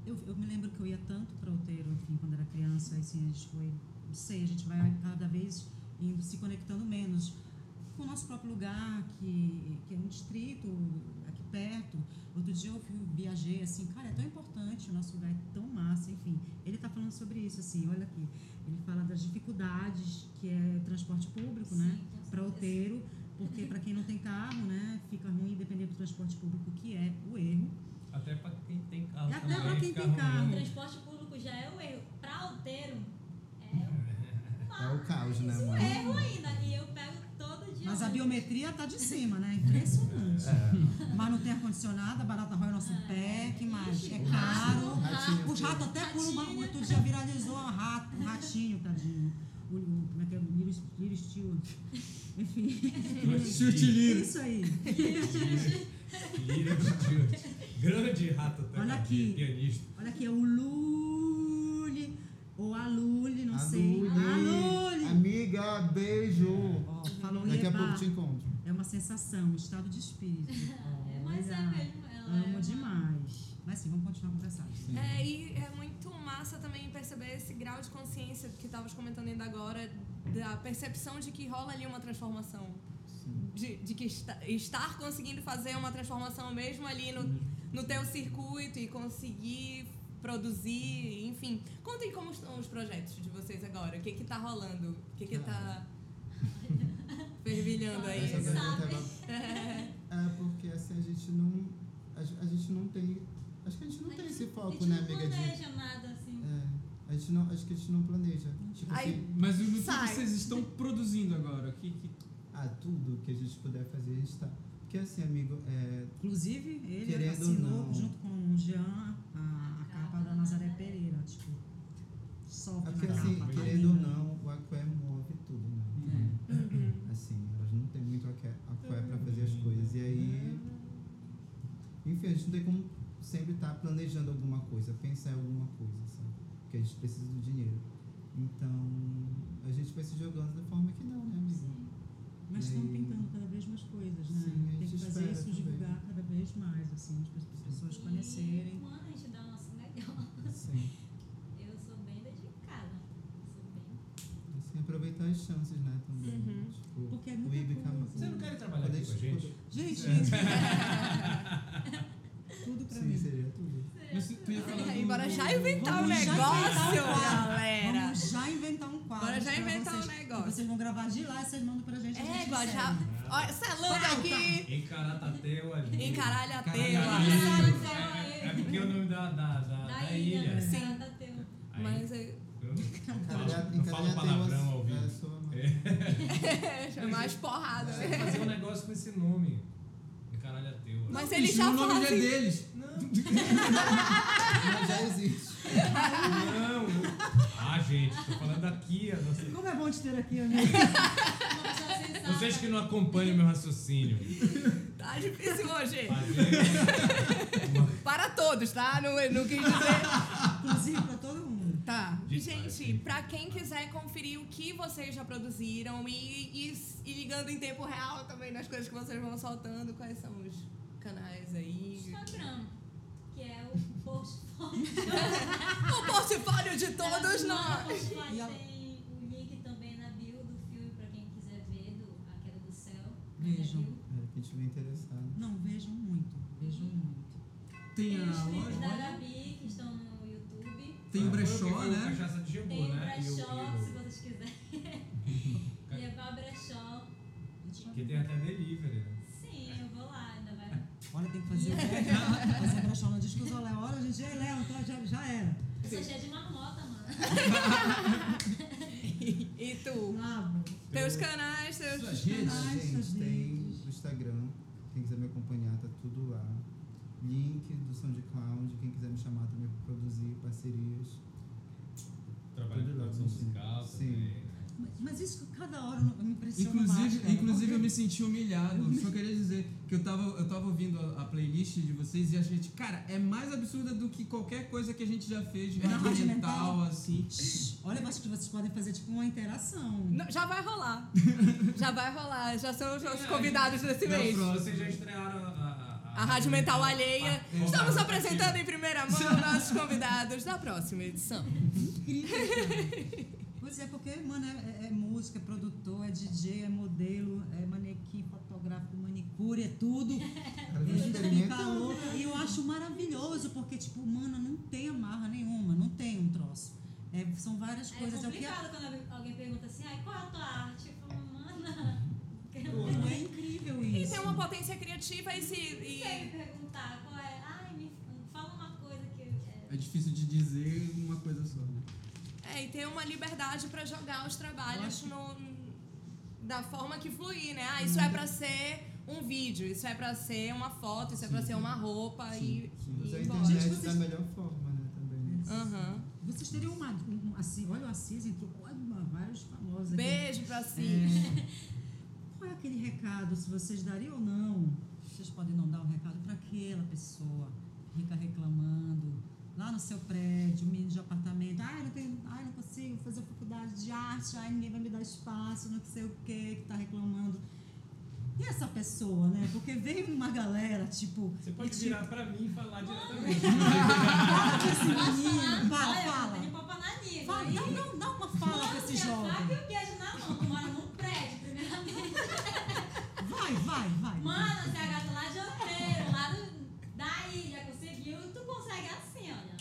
Speaker 2: eu, eu me lembro que eu ia tanto pra outeiro, enfim, quando era criança, aí, assim, a gente foi, não sei, a gente vai cada vez indo se conectando menos com o nosso próprio lugar, que, que é um distrito aqui perto. Outro dia eu fui, viajei assim, cara, é tão importante, o nosso lugar é tão massa, enfim. Ele tá falando sobre isso, assim, olha aqui. Ele fala das dificuldades que é transporte público, né?
Speaker 6: Sim, com
Speaker 2: Para
Speaker 6: certeza.
Speaker 2: outeiro, porque para quem não tem carro, né, fica ruim dependendo do transporte público, que é o erro.
Speaker 7: Até pra quem tem carro.
Speaker 2: Até
Speaker 7: também
Speaker 2: pra quem
Speaker 7: fica
Speaker 2: tem
Speaker 7: ruim. né?
Speaker 2: carro.
Speaker 6: O transporte público já é o erro. Pra outeiro,
Speaker 5: É o caos, né,
Speaker 6: é o
Speaker 5: mano?
Speaker 6: erro ainda. E eu pego todo dia. assim.
Speaker 2: Mas a
Speaker 6: ônibus.
Speaker 2: biometria tá de cima, né? Impressionante. Mas não tem ar-condicionado, a barata rói o nosso
Speaker 6: Ah,
Speaker 2: pé, que mais? É caro.
Speaker 5: Ratinho,
Speaker 2: Os ratos até pulam, uma-
Speaker 6: Ratinho.
Speaker 2: outro dia viralizou um rato, um ratinho, tadinho. O, o- como é que é? O Little Little Stewart. Enfim,
Speaker 4: Chute livre.
Speaker 2: É isso aí.
Speaker 7: Lyric Stewart. Grande rato tá
Speaker 2: Olha aqui.
Speaker 7: pianista.
Speaker 2: Olha aqui, é o Lule, ou a Lule, não
Speaker 5: A
Speaker 2: sei.
Speaker 5: Luli.
Speaker 2: A Lule!
Speaker 5: Amiga, beijo!
Speaker 2: Ó, falou
Speaker 5: Daqui a
Speaker 2: Ieba.
Speaker 5: pouco te encontro.
Speaker 2: É uma sensação, um estado de espírito.
Speaker 6: É, Mas é
Speaker 2: Olha,
Speaker 6: mesmo. Ela é
Speaker 2: Amo
Speaker 6: uma-
Speaker 2: demais. Mas sim, vamos continuar conversando.
Speaker 1: É, e é muito massa também perceber esse grau de consciência que estavas comentando ainda agora, da percepção de que rola ali uma transformação. De, de que esta- estar conseguindo fazer uma transformação mesmo ali no, no teu circuito e conseguir produzir, enfim. Contem como estão os projetos de vocês agora, o que que tá rolando, o que que tá fervilhando aí.
Speaker 5: Essa
Speaker 6: Sabe.
Speaker 5: pergunta é babado. É porque assim a gente não. A, ge- a gente não tem. Acho que a gente não
Speaker 6: A
Speaker 5: tem
Speaker 6: gente-
Speaker 5: esse
Speaker 6: A
Speaker 5: foco,
Speaker 6: gente
Speaker 5: né,
Speaker 6: não
Speaker 5: amiga? De,
Speaker 6: planeja nada assim.
Speaker 5: é, a gente não. Acho que a gente não planeja. Tipo
Speaker 1: Ai.
Speaker 5: assim,
Speaker 4: Mas o que
Speaker 1: Sai.
Speaker 4: vocês estão produzindo agora? O que, que
Speaker 5: ah, tudo que a gente puder fazer, a gente tá. Porque assim, amigo, é,
Speaker 2: Inclusive, ele
Speaker 5: Querendo ou
Speaker 2: assinou
Speaker 5: não.
Speaker 2: junto com o Jean a, a capa da Nazaré Pereira. Tipo,
Speaker 5: assim,
Speaker 2: tá
Speaker 5: né?
Speaker 1: Uhum.
Speaker 7: É.
Speaker 5: Assim, é
Speaker 7: Uhum.
Speaker 5: gente não tem como sempre estar planejando alguma coisa, pensar em alguma coisa, sabe? Porque a gente precisa do dinheiro. Então, a gente vai se jogando da forma que dá, né, amigo?
Speaker 6: Sim.
Speaker 2: Mas estão
Speaker 5: E-
Speaker 2: pintando cada vez mais coisas, né?
Speaker 5: Sim, a
Speaker 2: Tem que
Speaker 5: gente
Speaker 2: fazer
Speaker 5: espera
Speaker 2: isso
Speaker 5: também.
Speaker 2: divulgar cada vez mais, assim, para as pessoas conhecerem.
Speaker 6: E um ano a gente dá o nosso melhor.
Speaker 5: Sim.
Speaker 6: Eu sou bem dedicada. Sou bem.
Speaker 5: Assim, aproveitar as chances, né, também.
Speaker 1: Uhum.
Speaker 5: Tipo,
Speaker 2: Porque é
Speaker 5: o
Speaker 2: muita
Speaker 5: IB
Speaker 2: coisa.
Speaker 5: acaba-
Speaker 2: Você não
Speaker 7: quer trabalhar aqui com a gente?
Speaker 2: Gente, gente. tudo para
Speaker 5: Sim,
Speaker 2: mim.
Speaker 5: seria tudo.
Speaker 4: Mas tu ia falar do-
Speaker 1: Bora É. já inventar um
Speaker 2: Vamos já
Speaker 1: negócio,
Speaker 2: inventar um quadro.
Speaker 1: galera.
Speaker 2: Vamos já inventar um quadro.
Speaker 1: Bora já
Speaker 2: pra
Speaker 1: inventar um
Speaker 2: vocês,
Speaker 1: negócio.
Speaker 2: que Vocês vão gravar de lá e vocês mandam pra gente. a
Speaker 1: É,
Speaker 2: gente
Speaker 1: igual
Speaker 2: recebe.
Speaker 1: já. Olha, selando aqui.
Speaker 7: Encaratateu ali.
Speaker 1: então. Encaralha a tela.
Speaker 7: Encaralha-
Speaker 6: Encaralha-
Speaker 7: É, é, é porque é o nome da, da, da,
Speaker 6: Da
Speaker 7: da
Speaker 6: ilha, né? tá
Speaker 7: ilha.
Speaker 2: Sim.
Speaker 6: cara da teu.
Speaker 7: Aí,
Speaker 1: Mas é-
Speaker 7: eu não falo,
Speaker 5: Encadear-
Speaker 7: não falo
Speaker 5: encadear
Speaker 7: palavrão
Speaker 5: tem
Speaker 7: ao
Speaker 5: umas-
Speaker 7: vivo.
Speaker 5: É, sou amado.
Speaker 1: é mais porrada,
Speaker 7: Você tem
Speaker 1: né?
Speaker 7: que
Speaker 4: é,
Speaker 7: fazer um negócio com esse nome. Um Encaralha teu.
Speaker 1: Mas
Speaker 4: Não,
Speaker 1: ele
Speaker 4: bicho,
Speaker 1: já
Speaker 4: o nome
Speaker 1: fala
Speaker 4: já é
Speaker 1: assim.
Speaker 4: deles. é,
Speaker 5: Mas já existe.
Speaker 7: Não! Ah, gente, tô falando daqui. a nossa-
Speaker 2: Como é bom te ter aqui, amigo.
Speaker 6: Uma pessoa sensata.
Speaker 7: Vocês que não acompanham meu raciocínio. é,
Speaker 1: Tá difícil hoje.
Speaker 7: Fazer...
Speaker 1: Para todos, tá? Não, não quis dizer.
Speaker 2: Inclusive pra todo mundo.
Speaker 1: Tá.
Speaker 7: Gente,
Speaker 1: Gente, pra quem quiser conferir o que vocês já produziram e, e, e ligando em tempo real também nas coisas que vocês vão soltando, quais são os canais aí?
Speaker 6: Instagram, que é o portfólio.
Speaker 1: O portfólio de todos
Speaker 6: Ela-
Speaker 1: nós!
Speaker 6: O
Speaker 2: E
Speaker 6: portfólio
Speaker 2: ela-
Speaker 6: tem o link também na bio do filme, pra quem quiser ver, do A Queda do Céu.
Speaker 2: Vejam.
Speaker 6: Na bio.
Speaker 5: É, quem tiver interessado.
Speaker 2: Não, vejam muito. Vejam muito.
Speaker 4: Tem
Speaker 6: Tem
Speaker 4: a
Speaker 6: os clipes da
Speaker 4: loja,
Speaker 6: Gabi, que estão no YouTube.
Speaker 5: um
Speaker 4: tem o brechó,
Speaker 7: Foi que o
Speaker 4: né?
Speaker 7: é, Cachaça de Jambu,
Speaker 6: Tem
Speaker 1: um
Speaker 6: o
Speaker 7: né? E o-
Speaker 6: brechó, se
Speaker 7: e
Speaker 6: vocês quiserem. Levar o brechó.
Speaker 7: o- Que tem até delivery, né?
Speaker 6: Sim, eu vou lá, ainda vai.
Speaker 2: Olha, tem que fazer o brechó. Fazer o brechó no disco do Olé. Olha, gente, ei, Léo, então já, já era.
Speaker 6: Eu sou cheia de marmota, mano.
Speaker 1: E tu?
Speaker 2: Bravo.
Speaker 1: Teus canais, teus.
Speaker 4: Suas redes.
Speaker 2: Ai, suas
Speaker 5: gente, tem
Speaker 2: redes.
Speaker 5: o Instagram, quem quiser me acompanhar, tá tudo lá. Link do SoundCloud, quem quiser me chamar também pra produzir parcerias.
Speaker 7: Trabalho de produção musical
Speaker 5: Sim.
Speaker 7: também. né?
Speaker 2: Mas- Mas isso que cada hora eu me impressiona mais,
Speaker 4: Inclusive,
Speaker 2: cara.
Speaker 4: inclusive eu me senti humilhado. Só queria dizer que eu tava, eu tava ouvindo a, a playlist de vocês e a gente, cara, é mais absurda do que qualquer coisa que a gente já fez de
Speaker 2: Na
Speaker 4: rádio
Speaker 2: Rádio
Speaker 4: é mental,
Speaker 2: Mental.
Speaker 4: assim.
Speaker 2: Olha, eu acho que vocês podem fazer tipo uma interação.
Speaker 1: Não, já vai rolar. já vai rolar. Já são os nossos convidados desse
Speaker 7: Não,
Speaker 1: mês.
Speaker 7: Fran, vocês já estrearam a, a,
Speaker 1: é A Rádio Mental Alheia.
Speaker 7: Ah,
Speaker 1: Estamos
Speaker 7: voltado
Speaker 1: apresentando em primeira mão nossos convidados da próxima edição.
Speaker 2: incrível, cara. Pois é, porque, mano, é, é- é música, é produtor, é DJ, é modelo, é manequim, fotográfico, manicure, é tudo.
Speaker 5: Cara,
Speaker 2: Eu
Speaker 5: não experimenta.
Speaker 2: fica louca. E eu acho maravilhoso, porque, tipo, mano, não tem amarra nenhuma, não tem um troço. É, são várias
Speaker 6: É
Speaker 2: coisas. É o que é,
Speaker 6: complicado quando alguém pergunta assim, ai, qual a tua arte? Eu falo, mana, quero
Speaker 7: Boa.
Speaker 2: é incrível
Speaker 1: E
Speaker 2: isso.
Speaker 1: tem uma potência criativa e se.
Speaker 6: E
Speaker 1: e-
Speaker 6: aí perguntar qual é. Ai, me fala uma coisa que eu.
Speaker 4: É difícil de dizer uma coisa só, né?
Speaker 1: É, e ter uma liberdade pra jogar os
Speaker 2: Eu
Speaker 1: trabalhos
Speaker 2: acho-
Speaker 1: no, da forma que fluir, né? Ah, isso é
Speaker 7: Uhum.
Speaker 1: pra ser um vídeo, isso é pra ser uma foto, isso é pra ser uma roupa e.
Speaker 7: é
Speaker 5: Usar a
Speaker 1: e bora.
Speaker 5: internet
Speaker 2: Gente,
Speaker 6: Tipo
Speaker 5: da
Speaker 6: assim,
Speaker 2: vocês-
Speaker 5: melhor forma, né, também.
Speaker 1: Aham.
Speaker 2: Vocês teriam uma. Um, um- assim, olha o Assis, entrou olha, uma, vários famosos. aqui.
Speaker 1: Beijo pra si.
Speaker 2: É, Qual é aquele recado, se vocês dariam ou não? Vocês podem não dar o recado para aquela pessoa que fica reclamando lá no seu prédio, menino de apartamento. Ai, não, tenho, ai, não consigo fazer faculdade de arte, ai, ninguém vai me dar espaço, não sei o que, que está reclamando. E essa pessoa, né? Porque veio uma galera, tipo.
Speaker 7: Você
Speaker 2: e
Speaker 7: pode
Speaker 2: tipo,
Speaker 7: virar pra mim e falar diretamente.
Speaker 2: Fala com esse menino, né? fala,
Speaker 6: Olha,
Speaker 2: fala.
Speaker 6: Eu vou pedir pra falar nisso.
Speaker 2: Fala,
Speaker 6: Aí,
Speaker 2: não, não, dá uma fala pra esse
Speaker 6: tinha
Speaker 2: jovem.
Speaker 6: faca e o queijo na mão. Tu mora num prédio, primeiramente.
Speaker 2: Vai, vai, vai.
Speaker 6: Mano, você é gato lá de Oteiro, lá do, da ilha, conseguiu. Tu consegue assim, olha.
Speaker 2: Tá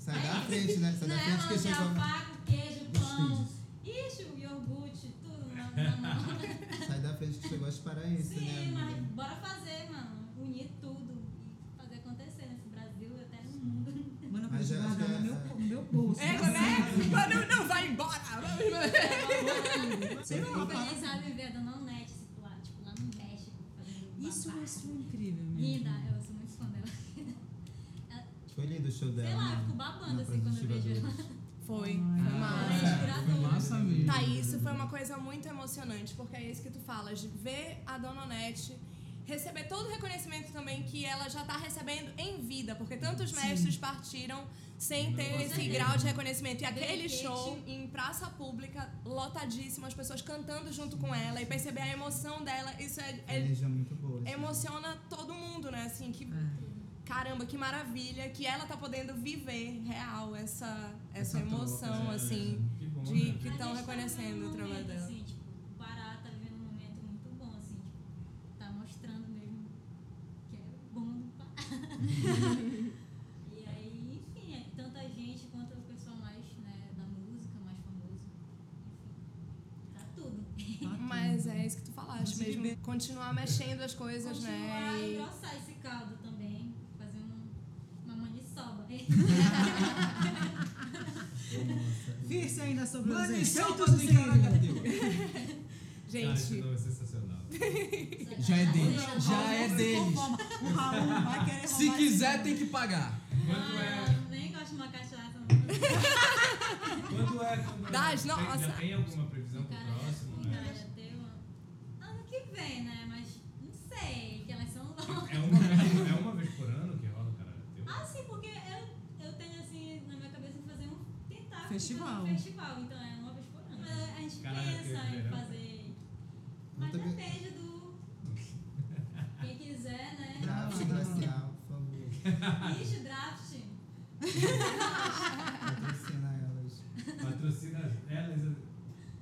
Speaker 5: Sai da frente, né? Sai
Speaker 6: não
Speaker 5: da
Speaker 6: é
Speaker 5: frente que
Speaker 6: manjar
Speaker 5: chegou.
Speaker 6: o faca, o queijo, o pão.
Speaker 5: Sim.
Speaker 6: Ixi, o iogurte, tudo na, na mão.
Speaker 5: Sai da frente que chegou as paraenses, né?
Speaker 6: Sim, mas
Speaker 5: amiga?
Speaker 6: bora fazer, mano. Unir tudo e fazer acontecer nesse Brasil e até no mundo.
Speaker 2: Mano, eu
Speaker 5: Mas
Speaker 2: quero
Speaker 5: já-
Speaker 2: guardar
Speaker 5: já-
Speaker 2: no meu, no meu bolso. Tá
Speaker 1: É, né? Mas não, não vai embora! vamos-
Speaker 2: Sei lá,
Speaker 6: Eu
Speaker 2: uma
Speaker 6: pensei,
Speaker 2: parada-
Speaker 6: sabe, ver a Dona Onete, tipo, lá, tipo, lá no México. fazendo
Speaker 2: Isso
Speaker 6: babado.
Speaker 2: é só incrível,
Speaker 6: Linda,
Speaker 2: mesmo.
Speaker 6: eu sou muito fã dela.
Speaker 5: Foi lindo o show dela.
Speaker 6: Sei lá, eu
Speaker 5: né?
Speaker 6: fico
Speaker 5: Na
Speaker 6: babando assim quando eu vejo
Speaker 5: Positiva
Speaker 6: ela.
Speaker 5: Dois.
Speaker 1: Foi,
Speaker 2: Ai,
Speaker 1: foi massa.
Speaker 6: Ela é
Speaker 4: Foi
Speaker 6: inspiradora.
Speaker 4: massa mesmo.
Speaker 1: Tá, isso foi uma coisa muito emocionante, porque é isso que tu falas, ver a Dona Onete receber todo o reconhecimento também que ela já está recebendo em vida, porque tantos mestres partiram sem
Speaker 7: Não
Speaker 1: ter esse
Speaker 7: conseguiram.
Speaker 1: grau de reconhecimento. E aquele
Speaker 6: repente-
Speaker 1: show em praça pública, lotadíssimo, as pessoas cantando junto com ela e perceber a emoção dela, isso é- é
Speaker 5: É, energia muito boa. assim.
Speaker 1: emociona todo mundo, né? Assim, que
Speaker 2: É.
Speaker 1: caramba, que maravilha que ela tá podendo viver real essa, essa
Speaker 5: Essa troca,
Speaker 7: Tá
Speaker 1: emoção,
Speaker 3: É.
Speaker 5: né?
Speaker 1: assim,
Speaker 7: Que bom,
Speaker 1: de
Speaker 7: né?
Speaker 1: que estão
Speaker 6: A gente tá vivendo
Speaker 1: reconhecendo
Speaker 6: um
Speaker 1: o trabalho
Speaker 6: momento,
Speaker 1: dela.
Speaker 6: Assim, tipo, o Pará tá vivendo um momento muito bom, assim, tipo, tá mostrando mesmo que é o bom do Pará. e aí, enfim, é tanta gente quanto o pessoal mais, né, da música, mais famoso. Enfim, tá tudo.
Speaker 1: Mas é isso que tu falaste
Speaker 2: Inclusive,
Speaker 1: mesmo. Continuar mexendo as coisas,
Speaker 6: Continuar
Speaker 1: né?
Speaker 6: a
Speaker 1: E-
Speaker 6: engrossar esse caldo também, fazer um, uma maniçoba.
Speaker 5: é
Speaker 2: Vir-se ainda sobre os
Speaker 4: Mano, isso é
Speaker 2: efeitos
Speaker 4: uma
Speaker 2: do Senhor.
Speaker 4: Caracateu.
Speaker 7: Cara, esse
Speaker 1: Gente,
Speaker 7: nome é sensacional.
Speaker 4: Já é dele.
Speaker 2: Não,
Speaker 4: Já
Speaker 6: um
Speaker 2: Raul
Speaker 4: é
Speaker 2: se
Speaker 4: deles.
Speaker 2: conforma. O Raul vai querer
Speaker 4: Se
Speaker 2: roubar
Speaker 4: quiser,
Speaker 2: esse
Speaker 4: tem que pagar.
Speaker 7: Quanto
Speaker 6: Ah,
Speaker 7: é.
Speaker 6: eu nem gosto de uma cachaça, não.
Speaker 7: Quanto é. Quando é?
Speaker 1: Das,
Speaker 7: Tem-
Speaker 1: nossa.
Speaker 7: Já tem alguma previsão pro próximo?
Speaker 6: um
Speaker 7: né?
Speaker 6: cara já tem uma- Ano que vem, né? Mas não sei, que elas são longas.
Speaker 7: É uma, é uma vez por ano que rola o Caracateu?
Speaker 6: Ah, sim, porque eu, eu tenho assim na minha cabeça de fazer um. Tentar
Speaker 2: Festival.
Speaker 6: fazer um festival, então é uma vez por ano. Mas a gente
Speaker 7: Caralho,
Speaker 6: pensa
Speaker 7: teve
Speaker 6: em
Speaker 7: verão.
Speaker 6: fazer. Mas
Speaker 5: Muito bem.
Speaker 6: depende do. Quem quiser, né?
Speaker 5: Draft, glacial, por favor.
Speaker 6: Ixi, draft.
Speaker 5: Patrocina elas.
Speaker 7: um Patrocina elas é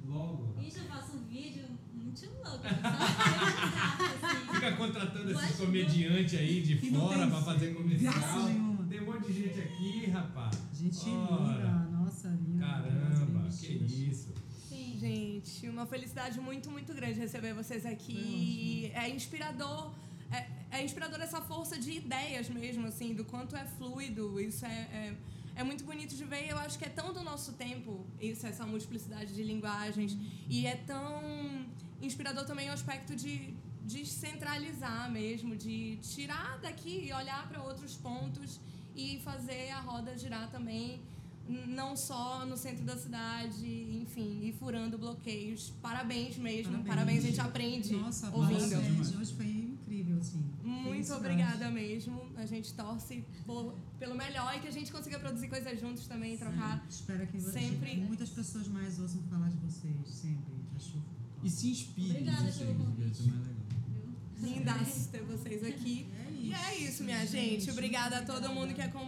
Speaker 7: logo.
Speaker 6: Ixi, eu faço um vídeo muito louco. Só draft, assim.
Speaker 7: Fica contratando esses
Speaker 6: Plastic
Speaker 7: comediantes aí de
Speaker 2: E não
Speaker 7: fora
Speaker 2: tem
Speaker 7: pra fazer comercial.
Speaker 2: graça nenhuma.
Speaker 7: Tem um monte de gente aqui, rapaz.
Speaker 2: Gente linda,
Speaker 7: Ora,
Speaker 2: nossa, linda. maravilhosa, bem
Speaker 7: Caramba, que
Speaker 2: vestida.
Speaker 7: isso.
Speaker 6: Sim.
Speaker 1: gente, uma felicidade muito, muito grande receber vocês
Speaker 2: Foi
Speaker 1: aqui. É inspirador. É, é inspirador essa força de ideias mesmo, assim, do quanto é fluido. Isso é, é, é muito bonito de ver. e Eu acho que é tão do nosso tempo, isso, essa multiplicidade de linguagens. E é tão inspirador também o aspecto de descentralizar mesmo, de tirar daqui e olhar para outros pontos e fazer a roda girar também, n- não só no centro da cidade, enfim, e furando bloqueios. Parabéns mesmo, parabéns,
Speaker 2: Parabéns.
Speaker 1: a gente aprende
Speaker 2: Nossa,
Speaker 1: ouvindo.
Speaker 2: parabéns.
Speaker 4: Demais.
Speaker 2: Hoje foi incrível, assim.
Speaker 1: Muito
Speaker 2: Felicidade.
Speaker 1: obrigada mesmo. A gente torce por- pelo melhor e que a gente consiga produzir coisas juntos também, trocar.
Speaker 2: Sim, Espero que vocês-
Speaker 1: sempre-
Speaker 2: muitas pessoas mais ouçam falar de vocês, sempre. Acho top.
Speaker 4: E se inspire.
Speaker 6: Obrigada
Speaker 4: vocês,
Speaker 6: pelo convite.
Speaker 4: isso é mais legal.
Speaker 1: Lindas ter vocês aqui.
Speaker 2: É
Speaker 1: E é isso, minha gente. Obrigada a todo mundo que
Speaker 2: acompanhou.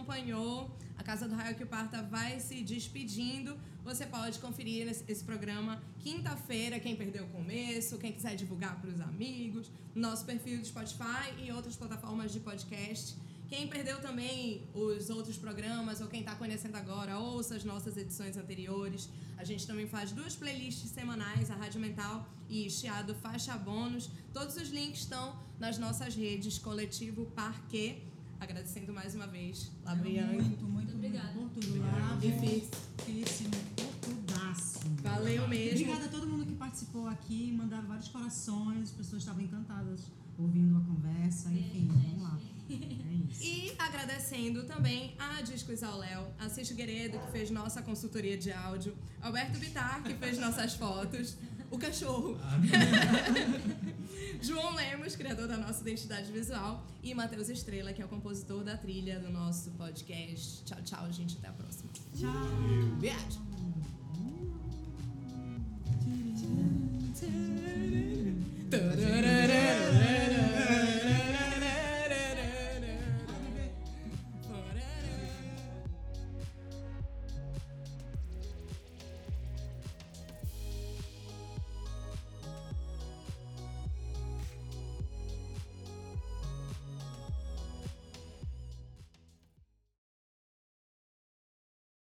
Speaker 1: acompanhou. A Casa do Raio que Parta vai se despedindo. Você pode conferir esse esse programa quinta-feira, quem perdeu o começo, quem quiser divulgar para os amigos, nosso perfil do Spotify e outras plataformas de podcast. Quem perdeu também os outros programas ou quem está conhecendo agora, ouça as nossas edições anteriores. A gente também faz duas playlists semanais, a Rádio Mental e Chiado Faixa Bônus. Todos os links estão nas nossas redes, coletivo Parquet. Agradecendo mais uma vez, Labriane.
Speaker 2: Muito, muito,
Speaker 6: Obrigada.
Speaker 2: muito. Por tudo. Lá,
Speaker 1: E
Speaker 2: vem.
Speaker 1: Fih,
Speaker 2: Esse portugaço.
Speaker 1: Valeu mesmo.
Speaker 2: Obrigada a todo mundo que participou aqui, mandaram vários corações, as pessoas estavam encantadas ouvindo a conversa, enfim, vamos lá. É isso.
Speaker 1: E agradecendo também a Discos ao Léo, a Cis Gueredo, que fez nossa consultoria de áudio, Alberto Bitar, que fez nossas fotos, o cachorro, João Lemos, criador da nossa identidade visual, e Matheus Estrela, que é o compositor da trilha do nosso podcast. Tchau, tchau, gente. Até a próxima. Tchau. Beijo.